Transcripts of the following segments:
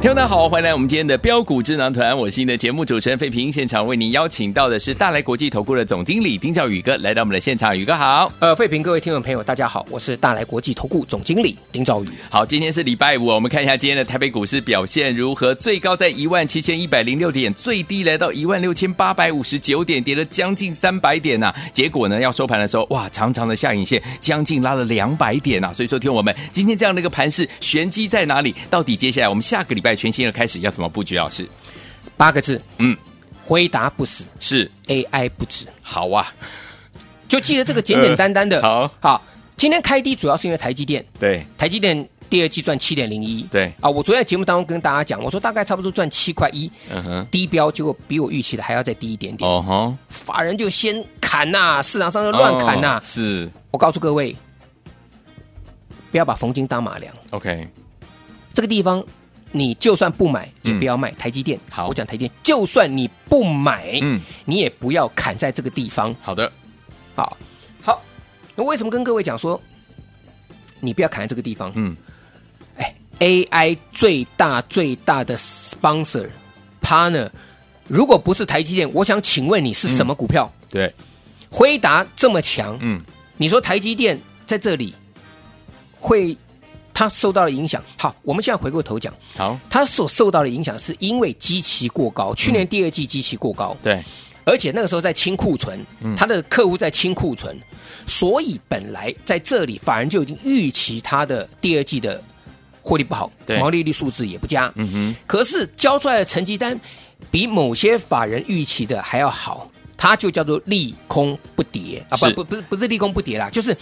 听众大家好，欢迎来我们今天的标股智囊团，我是你的节目主持人费平，现场为您邀请到的是大来国际投顾的总经理丁兆宇哥来到我们的现场，宇哥好。呃，费平，各位听众朋友，大家好，我是大来国际投顾总经理林兆宇。好，今天是礼拜五，我们看一下今天的台北股市表现如何。最高在一万七千一百零六点，最低来到一万六千八百五十九点，跌了将近三百点呐、结果呢，要收盘的时候，哇，长长的下影线将近拉了两百点啊呐、所以说，听我们今天这样的一个盘势，玄机在哪里？到底接下来我们下个礼拜全新的开始要怎么布局？老师八个字，嗯，回答不死是，AI 不止，好啊，就记得这个简简单单的。嗯好好，今天开低主要是因为台积电，对台积电第二季赚七点零一，对啊，我昨天在节目当中跟大家讲，我说大概差不多赚七块一，嗯哼，低标，结果比我预期的还要再低一点点，哦吼，法人就先砍呐、市场上就乱砍啊呐、哦是我告诉各位，不要把逢金当马良。 OK，这个地方，你就算不买，也嗯不要卖台积电。好我讲台积电，就算你不买，嗯，你也不要砍在这个地方。好的，好，好，那为什么跟各位讲说，你不要砍在这个地方？嗯，哎，AI 最大最大的 sponsor partner，如果不是台积电，我想请问你是什么股票？对，回答这么强，嗯，你说台积电在这里会它受到了影响？好，我们现在回过头讲，好，它所受到的影响是因为基期嗯过高，去年第二季基期过高，对，而且那个时候在清库存，嗯它的客户在清库存，所以本来在这里法人就已经预期它的第二季的获利不好，对毛利率数字也不佳，嗯哼，可是交出来的成绩单比某些法人预期的还要好，它就叫做利空不跌啊，不是不不是不是利空不跌啦，就是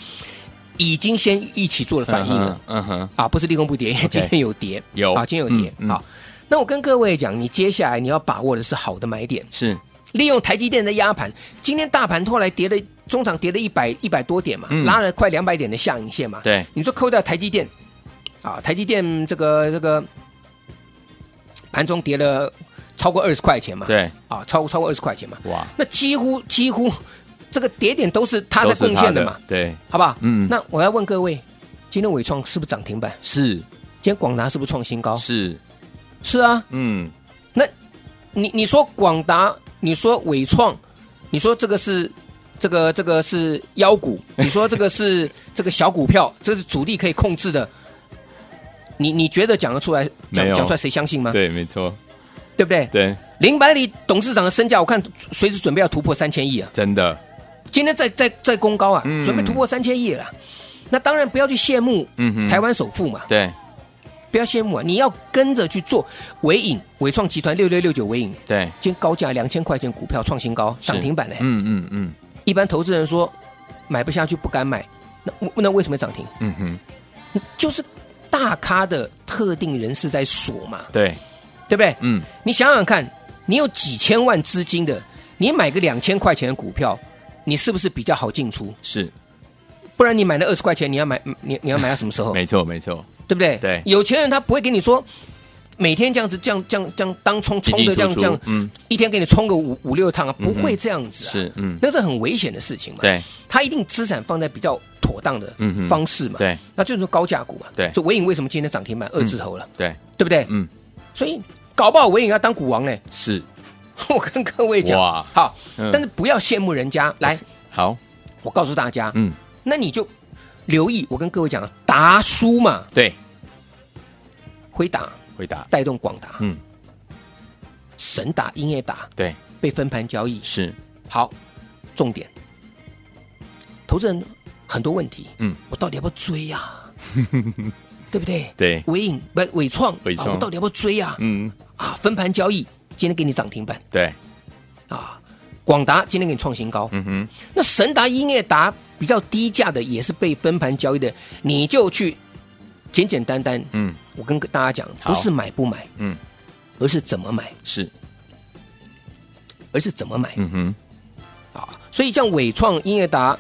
已经先预期做了反应了。嗯哼，嗯哼，啊，不是利空不跌，因为今天有跌，有啊，今天有跌嗯嗯好，那我跟各位讲，你接下来你要把握的是好的买点，是，利用台积电的压盘。今天大盘后来跌了，中场跌了一百一百多点嘛，嗯拉了快两百点的下影线嘛。对，你说扣掉台积电，啊，台积电这个这个盘中跌了超过二十块钱嘛，，对，啊，超超过二十块钱嘛，哇，那几乎几乎这个跌点都是它都在是贡他献的嘛，，对，好不好？嗯那我要问各位，今天伟创是不是涨停板？是今天广达是不是创新高？是，是啊，嗯，你你说广达，你说伟创，你说这个是这个这个是妖股，你说这 个是这个小股票，这是主力可以控制的，你你觉得讲得出来讲没有讲出来谁相信吗？对，没错，对不对？对，林百里董事长的身价，我看随时准备要突破三千亿啊！真的，今天在在在攻高啊，嗯准备突破三千亿了啊。那当然不要去羡慕嗯哼台湾首富嘛，对不要羡慕啊！你要跟着去做伟影伟创集团六六六九伟影，对，今天高价两千块钱股票创新高，是涨停板嘞、嗯嗯嗯一般投资人说买不下去不敢买，那那为什么涨停？嗯哼，就是大咖的特定人士在锁嘛，对，对不对？嗯，你想想看，你有几千万资金的，你买个两千块钱的股票，你是不是比较好进出？是，不然你买那二十块钱，你要买你你要买到什么时候？没错没错，对不对？对有钱人他不会给你说。每天这样子，这样这样这样当冲进冲的进这样出这样出，，嗯，一天给你冲个五五六趟啊，不会这样子啊，是，嗯，那是很危险的事情嘛。对，他一定资产放在比较妥当的嗯哼方式嘛。对那就是说高价股嘛。对就伟影为什么今天涨停板二字头了，对，对不对？嗯，所以搞不好伟影要当股王嘞。是， 我跟各位讲，哇好，嗯但是不要羡慕人家。来，好，我告诉大家，嗯，那你就留意我跟各位讲，达叔嘛，对，辉达回答，带动广达，嗯，神达、英业达对，被分盘交易。是，好，重点，投资人很多问题，嗯，我到底要不要追呀、对不对？对伟影不伟创，伟创啊我到底要不要追呀、嗯，啊？分盘交易，今天给你涨停板对，啊，广达今天给你创新高，嗯哼，那神达、英业达比较低价的也是被分盘交易的，你就去简简单单，嗯我跟大家讲，好不是买不买，嗯，而是怎么买，是，而是怎么买嗯哼，啊。所以像伟创、英业达、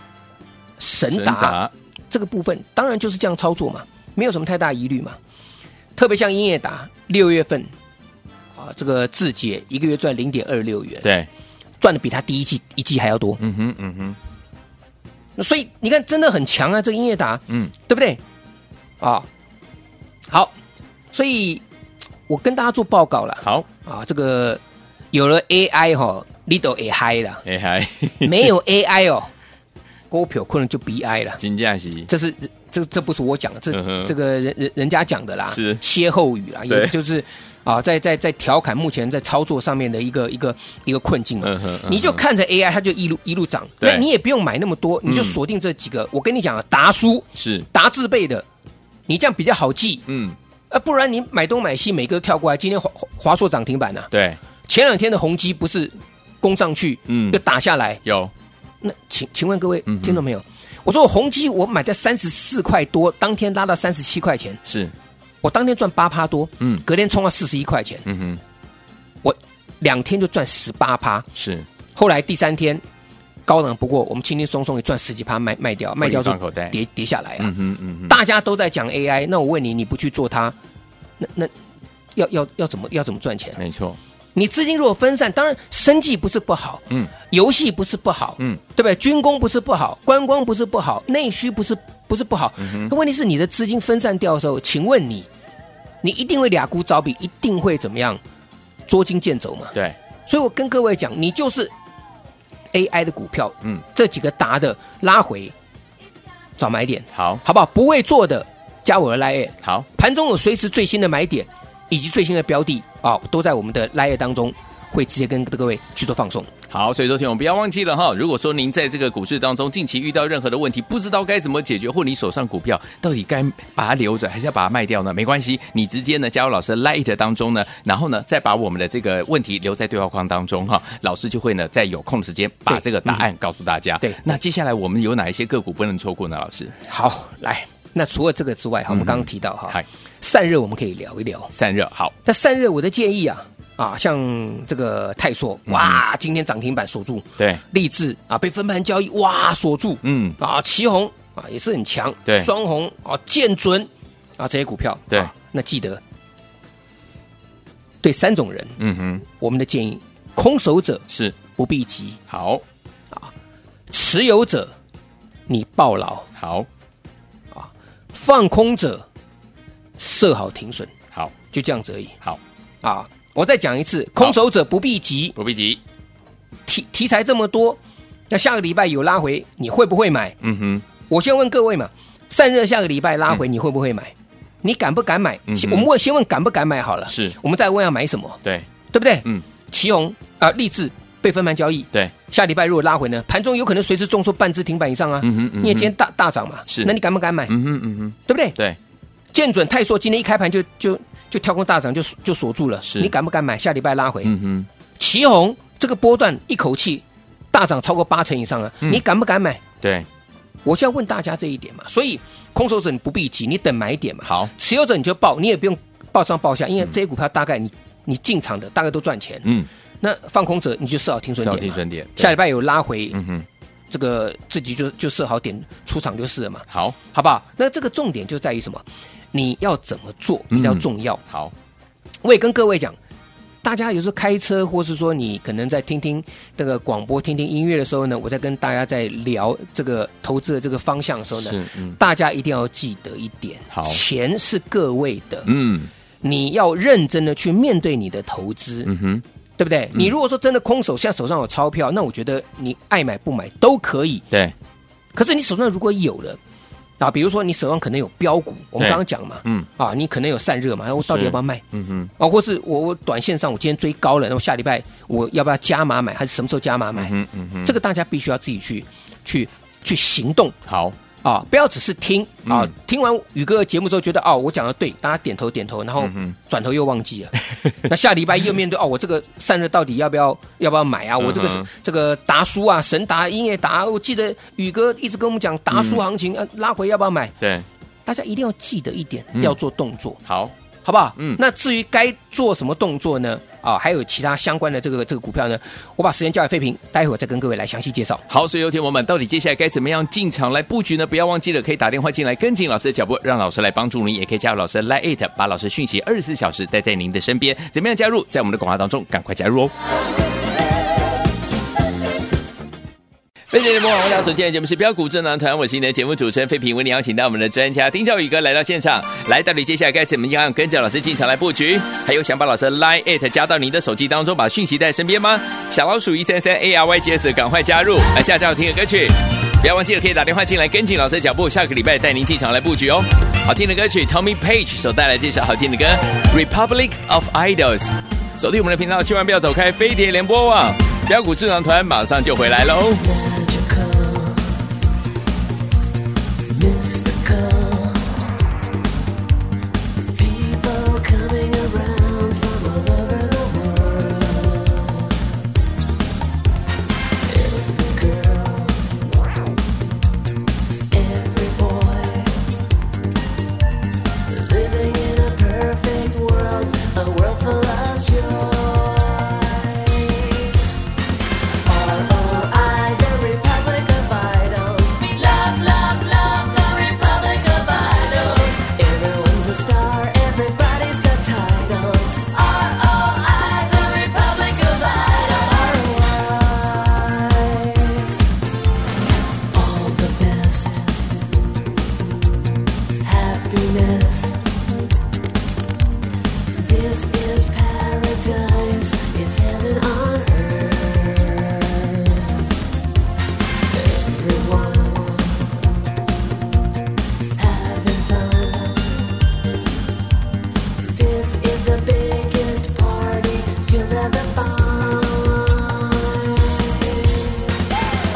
神达，这个部分，当然就是这样操作嘛，没有什么太大疑虑嘛。特别像英业达，六月份啊，这个字节一个月赚零点二六元，对，赚的比他第一季一季还要多。嗯哼，嗯哼，那所以你看，真的很强啊，这个英业达，嗯，对不对？啊，好，所以我跟大家做报告了好，，啊，这个有了 AI 哈、你都也嗨了哎嗨， 没有 AI 哦，股票可能就 BI 了。金价席，这是这这不是我讲的，这、嗯哼这个人人人家讲的啦，是歇后语啦，对也就是啊，在在在调侃目前在操作上面的一个一个一个困境嘛。嗯哼嗯哼你就看着 AI，它就一路一路涨，对那你也不用买那么多，你就嗯锁定这几个。我跟你讲啊，达叔、是，达字辈的，你这样比较好记，嗯，呃，不然你买东买西，每个都跳过来。今天华华华硕涨停板呐、啊对，前两天的宏基不是攻上去，嗯又打下来，有，那请请问各位嗯哼听到没有？我说我宏基我买在三十四块多，当天拉到三十七块钱，是，我当天赚八趴多，嗯隔天冲到四十一块钱，嗯哼，我两天就赚十八趴。是，后来第三天高档不过，我们轻轻松松也赚十几趴卖卖掉，卖掉就哦放口袋跌跌下来啊。嗯哼，嗯哼，大家都在讲 AI，那我问你，你不去做它，那那要要要怎么要怎么赚钱？没错，你资金如果分散，当然生计不是不好，嗯，游戏不是不好，嗯，对不对？军工不是不好，观光不是不好，内需不是不是不好。嗯那、问题是你的资金分散掉的时候，请问你，你一定会俩股找比，一定会怎么样？捉襟见肘嘛。对，所以我跟各位讲，你就是 AI 的股票，嗯，这几个达的拉回，找买点，好，好不好？不会做的加我的 Line，好，盘中有随时最新的买点以及最新的标的啊、都在我们的 Line 当中会直接跟各位去做放送。好，所以昨天我们不要忘记了哈。如果说您在这个股市当中近期遇到任何的问题，不知道该怎么解决，或你手上股票到底该把它留着还是要把它卖掉呢？没关系，你直接呢加入老师的 Light 当中呢，然后呢再把我们的这个问题留在对话框当中哈，老师就会呢在有空的时间把对这个答案告诉大家。对那接下来我们有哪一些个股不能错过呢？老师，好，来，那除了这个之外，哈，我们刚刚提到哈，嗯嗨，散热我们可以聊一聊。散热好，那散热我的建议啊，啊，像这个泰硕，嗯哇，今天涨停板锁住，对，立志啊被分盘交易，哇，锁住，嗯，啊，旗红啊也是很强，对双红啊，建准啊这些股票，对啊那记得对三种人，嗯哼，我们的建议，空手者是不必急，好，持有者你抱牢，好，放空者设好停损，好，就这样子而已好，啊。我再讲一次，空手者不必急，不必急，题题材这么多，那下个礼拜有拉回，你会不会买？嗯哼，我先问各位嘛，散热下个礼拜拉回，你会不会买？你敢不敢买？嗯嗯哼先我们问，先问敢不敢买好了。是我们再问要买什么，对，对不对？嗯，旗红啊，立志被分盘交易，对，下礼拜如果拉回呢，盘中有可能随时重挫半只停板以上啊。嗯哼嗯哼因为今天大大涨嘛，是那你敢不敢买？嗯哼，嗯哼，对不对？对，建准泰硕今天一开盘就就就跳空大涨，就就锁住了。是你敢不敢买？下礼拜拉回。嗯哼。旗宏这个波段一口气大涨超过八成以上啊，嗯你敢不敢买？对，我就要问大家这一点嘛。所以空手者你不必急，你等买点嘛。好，持有者你就报，你也不用报上报下，因为这些股票大概你你进场的大概都赚钱。嗯，那放空者你就设好停损小点啊停嘛。损点，下礼拜有拉回，嗯哼，这个自己就就设好点出场就是了嘛，好，好不好？那这个重点就在于什么？你要怎么做比嗯较重要？好，我也跟各位讲，大家有时候开车，或是说你可能在听听这个广播、听听音乐的时候呢，我在跟大家在聊这个投资的这个方向的时候呢，是，嗯，大家一定要记得一点好，钱是各位的，嗯，你要认真的去面对你的投资，嗯哼，对不对？你如果说真的空手，现在手上有钞票，那我觉得你爱买不买都可以。对，可是你手上如果有了，啊，比如说你手上可能有标股，我们对刚刚讲嘛，嗯，啊，你可能有散热嘛，哎我到底是要不要卖？嗯哼，啊，或是我我短线上我今天追高了，那我下礼拜我要不要加码买，嗯还是什么时候加码买？嗯哼，嗯哼，这个大家必须要自己去去去行动好，啊，不要只是听啊，嗯听完宇哥的节目之后觉得哦，我讲的对，大家点头点头，然后嗯哼转头又忘记 了。那下礼拜一又面对哦，我这个散热到底要不要要不要买啊？我这个、嗯哼这个达叔啊，神达、英业达，我记得宇哥一直跟我们讲达叔行情、啊，拉回要不要买？对，大家一定要记得一点，嗯要做动作。好，好不好？嗯嗯，那至于该做什么动作呢？啊，还有其他相关的这个这个股票呢，我把时间交给费平，待会儿再跟各位来详细介绍。好，所以有天我们到底接下来该怎么样进场来布局呢？不要忘记了，可以打电话进来跟紧老师的脚步，让老师来帮助你，也可以加入老师的 Line It，把老师讯息二十四小时待在您的身边。怎么样加入？在我们的广告当中，赶快加入哦。飞姐节目，我们所见的节目是标股智囊团，我是你的节目主持人费平，为你邀请到我们的专家丁兆宇哥来到现场，来，到底接下来该怎么样跟着老师进场来布局？还有想把老师 Line It 加到您的手机当中，把讯息带在身边吗？小老鼠一三三 A R Y G S，赶快加入，来下周要听的歌曲。不要忘记了，可以打电话进来跟紧老师的脚步，下个礼拜带您进场来布局哦。好听的歌曲，Tommy Page 所带来这首好听的歌《Republic of Idols》。锁定我们的频道，千万不要走开，飞碟联播网标股智囊团马上就回来喽。 magical, mystical. People coming around from all over the world. Every girl, every boy, living in a perfect world, a world full of joy. R.O.I. the Republic of Idols. We love, love, love the Republic of Idols. Everyone's a star, everybody's got titles. R.O.I. the Republic of Idols. R.O.I. All the best. Happiness. This is paradise. It's heaven on earth. Everyone having fun. This is the biggest party you'll ever find.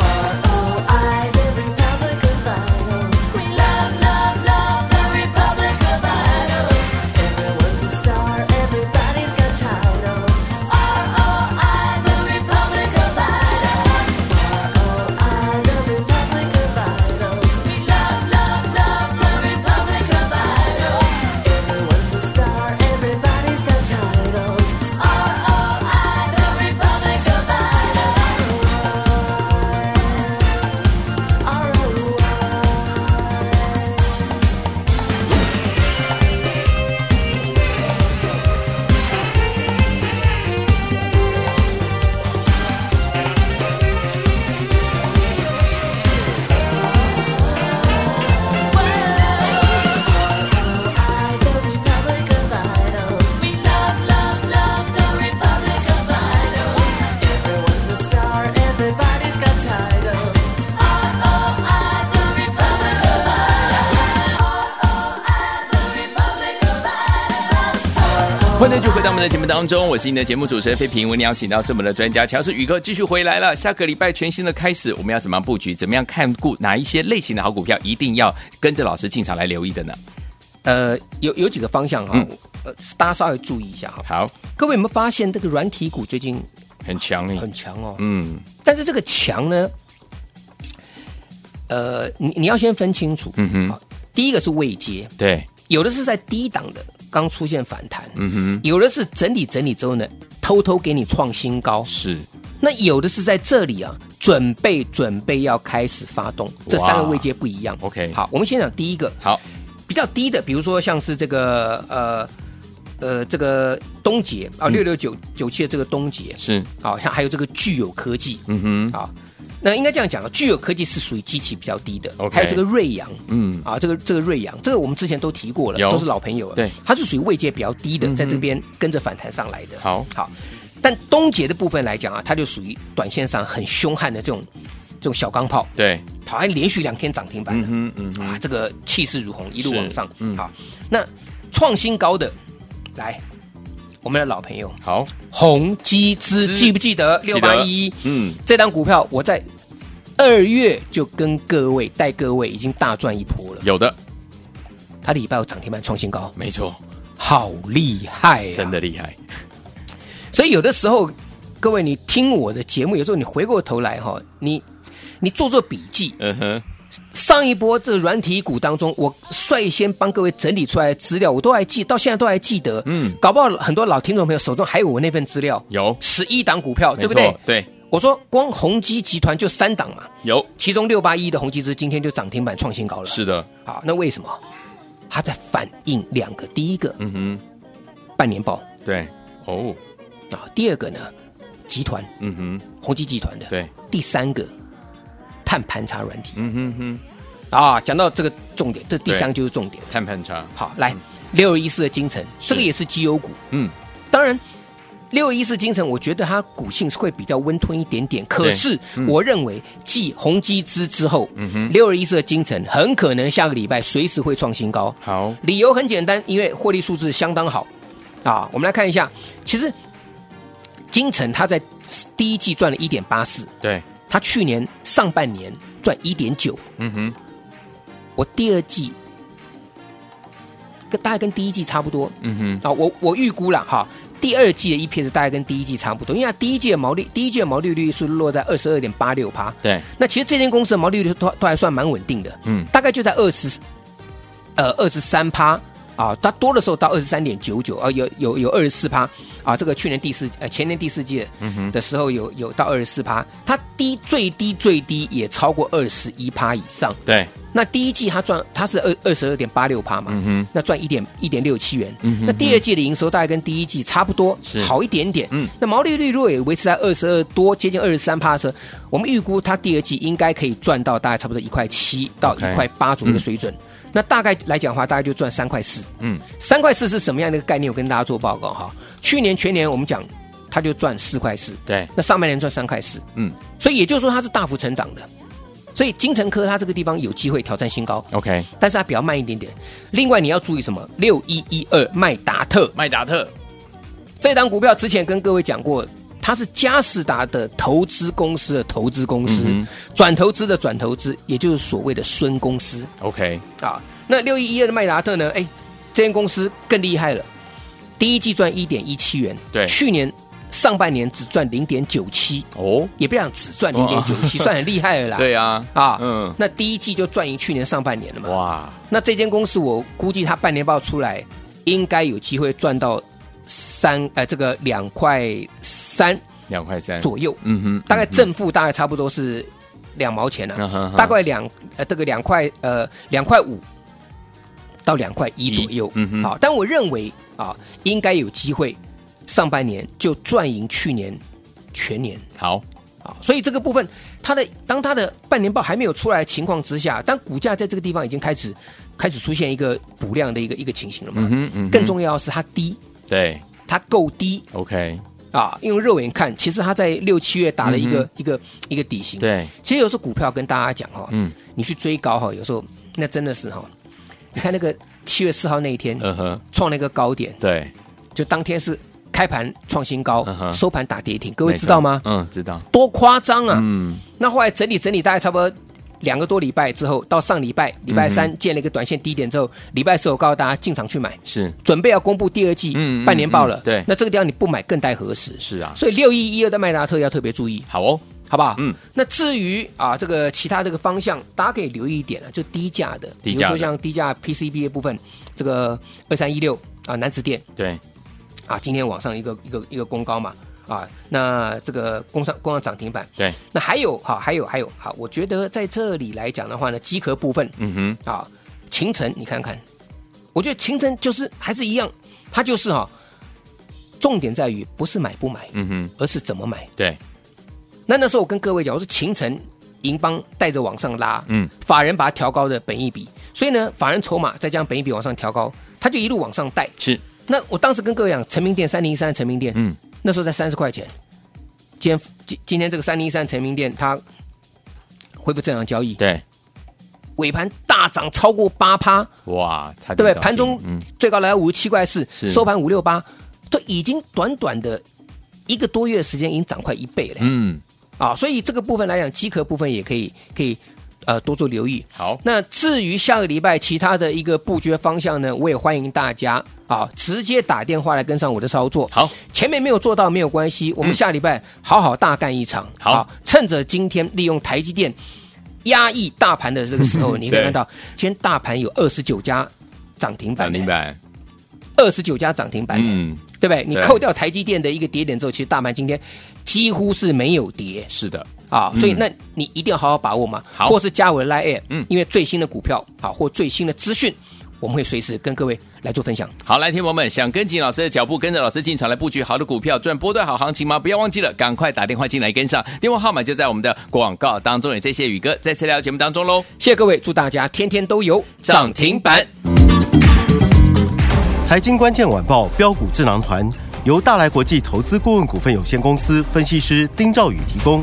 R.O.I. the Republic of Idols. We love, love, love the Republic of Idols. Everyone's a star, everybody's got titles. R.O.I. the Republic of Idols. R.O.I. the Republic of Idols. We love, love, love the Republic of Idols. Everyone's a star, everybody's got titles. R.O.I. the Republic of Idols. Everybody's got titles. R.O.I. the Republic of Idols. R.O.I. the Republic of Idols. 欢迎就回到我们的节目当中，我是你的节目主持人费平。为你邀请到是我们的专家乔氏宇哥继续回来了。下个礼拜全新的开始，我们要怎么样布局？怎么样看顾哪一些类型的好股票？一定要跟着老师进场来留意的呢？呃，有有几个方向啊、嗯呃，大家稍微注意一下哈。好，各位有没有发现这个软体股最近很强力，很强哦？嗯，但是这个强呢，呃，你你要先分清楚。嗯哼啊第一个是位阶，对，有的是在低档的刚出现反弹，嗯哼，有的是整理整理之后呢，偷偷给你创新高。是那有的是在这里啊，准备准备要开始发动，这三个位阶不一样。 OK 好，我们先讲第一个好，比较低的，比如说像是这个呃呃这个东杰嗯啊，六六九九七的这个东杰，是，好像还有这个具有科技，嗯哼，啊，那应该这样讲啊，具有科技是属于基期比较低的 OK 还有这个瑞阳，嗯啊，这个这个瑞阳，这个我们之前都提过了，有都是老朋友了，对它是属于位阶比较低嗯的，哼在这边跟着反弹上来的，好好，但东杰的部分来讲啊，它就属于短线上很凶悍的这种这种小钢炮，对，好像连续两天涨停板了，嗯哼，嗯啊，哼，这个气势如虹，一路是往上，嗯好，那创新高的来。我们的老朋友好，宏基资资记不记得六八一？嗯，这档股票我在二月就跟各位带各位已经大赚一波了，有的，它礼拜有涨停板创新高，没错，好厉害、啊，真的厉害，所以有的时候，各位你听我的节目，有时候你回过头来哈，你你做做笔记。嗯哼，上一波这软体股当中，我率先帮各位整理出来的资料，我都还记，到现在都还记得。嗯搞不好很多老听众朋友手中还有我那份资料，有，十一档股票，没对不错对？对，我说光宏基集团就三档嘛，有，其中六八一的宏基资今天就涨停板创新高了。是的，好，那为什么？它在反映两个，第一个嗯哼，半年报对，哦，啊，第二个呢集团嗯哼，宏基集团的，对，第三个碳盘查软体嗯哼哼，啊。讲到这个重点，这第三个就是重点。碳盘查，好，来六一四的金城，嗯是这个也是绩优股。嗯，当然，六一四金城，我觉得它股性是会比较温吞一点点。可是，嗯我认为继宏基资之后，六一四的金城很可能下个礼拜随时会创新高。好，理由很简单，因为获利数字相当好啊。我们来看一下，其实金城它在第一季赚了一点八四，对，它去年上半年赚一点九，嗯哼，我第二季跟大概跟第一季差不多嗯哼，啊，我我预估了哈，第二季的 EPS 大概跟第一季差不多，因为它第一季的毛利，第一季的毛利率是落在二十二点八六趴，对，那其实这间公司的毛利率都都还算蛮稳定的，嗯大概就在二十，呃，二十三趴啊，它多的时候到二十三点九九啊，有有有二十四趴啊，这个去年第四呃前年第四季嗯哼的时候有有到二十四趴，它低最低最低也超过二十一趴以上，对，那第一季它赚它是二二十二点八六趴嘛，嗯哼，那赚一点一点六七元。嗯哼那第二季的营收大概跟第一季差不多是，好一点点。嗯那毛利率如果也维持在二十二多，接近二十三趴的时候，我们预估它第二季应该可以赚到大概差不多一块七到 OK 一块八左右的水准。那大概来讲的话，大概就赚三块四。嗯，三块四是什么样的一个概念？我跟大家做报告哈。去年全年我们讲，它就赚四块四，对，那上半年赚三块四，嗯所以也就是说它是大幅成长的。所以金城科它这个地方有机会挑战新高。 ，OK，但是它比较慢一点点。另外你要注意什么？六一一二麦达特麦达特，这档股票之前跟各位讲过，它是佳士达的投资公司的投资公司，嗯转投资的转投资，也就是所谓的孙公司，OK，啊。那六一一二的麦达特呢？哎，这间公司更厉害了，第一季赚一点一七元，对去年上半年只赚零点九七，哦，也不想只赚零点九七，算很厉害了 啦。对啊，啊，嗯，那第一季就赚赢去年上半年了嘛。哇，那这间公司我估计它半年报出来，应该有机会赚到三呃这个两块三两块三，左右，嗯哼，大概这，正负大概差不多是两毛钱嗯哼啊哼，大概两呃这个两块呃两块五到两块一左右一，嗯哼好，但我认为啊应该有机会上半年就赚赢去年全年。好，啊，所以这个部分，它的当它的半年报还没有出来的情况之下，当股价在这个地方已经开始开始出现一个补量的一个一个情形了嘛。嗯哼嗯哼更重要的是它低，对它够低，OK，啊，用肉眼看，其实它在六七月打了一个、一个一个底嗯型。，对，其实有时候股票跟大家讲哈、哦，嗯你去追高哈、有时候那真的是哈、你看那个七月四号那一天、嗯哼，创了一个高点，对，就当天是开盘创新高，嗯哼收盘打跌停，各位没错知道吗？嗯，知道，多夸张啊！嗯，那后来整理整理，大概差不多两个多礼拜之后，到上礼拜礼拜嗯三建了一个短线低点之后，礼拜四我告诉大家进场去买，是准备要公布第二季嗯嗯半年报了嗯。对那这个地方你不买更待何时？是啊，所以六一一二的麦达特要特别注意，好哦，好不好？嗯。那至于啊，这个其他这个方向，大家可以留意一点啊，就低价的，低比价的如说像低价 PCB 的部分，这个二三一六啊，南子电对，啊，今天往上一个一个一个攻高嘛啊，那这个工商工商涨停板。对，那还有哈，还有还有哈，我觉得在这里来讲的话呢，机壳部分嗯啊，秦晨你看看，我觉得秦晨就是还是一样，它就是哈、重点在于不是买不买哼，，嗯哼，而是怎么买。对，那那时候我跟各位讲，我说秦晨银邦带着往上拉，嗯，法人把它调高的本益比，所以呢，法人筹码再加上本益比往上调高，它就一路往上带。是，那我当时跟各位讲，成名店三零一三成名店，嗯，那时候才三十块钱。今天今今天这个三零一三成名店，它恢复正常交易，对，尾盘大涨超过八趴，哇，差点对不涨对？盘中停嗯，最高来到五十七块四，是收盘五六八，这已经短短的一个多月的时间，已经涨快一倍了。嗯，啊，所以这个部分来讲，机壳部分也可以可以呃多做留意。好，那至于下个礼拜其他的一个布局方向呢，我也欢迎大家啊直接打电话来跟上我的操作。好，前面没有做到没有关系，我们下礼拜好好大干一场。嗯好啊趁着今天利用台积电压抑大盘的这个 时候，你可以看到今天大盘有二十九家涨停板，涨停，板，二十九家涨停板，啊嗯，对不对？你对扣掉台积电的一个跌点之后，其实大盘今天几乎是没有跌。是的，啊，嗯所以那你一定要好好把握嘛，好或是加我的 Line，App，嗯因为最新的股票啊或最新的资讯，我们会随时跟各位来做分享。好，来，听众朋友们，想跟紧老师的脚步，跟着老师进场来布局好的股票，赚波段好行情吗？不要忘记了，赶快打电话进来跟上，电话号码就在我们的广告当中。也谢谢宇哥在次聊节目当中喽，谢谢各位，祝大家天天都有涨停板。财经关键晚报标股智囊团由大来国际投资顾问股份有限公司分析师丁兆宇提供。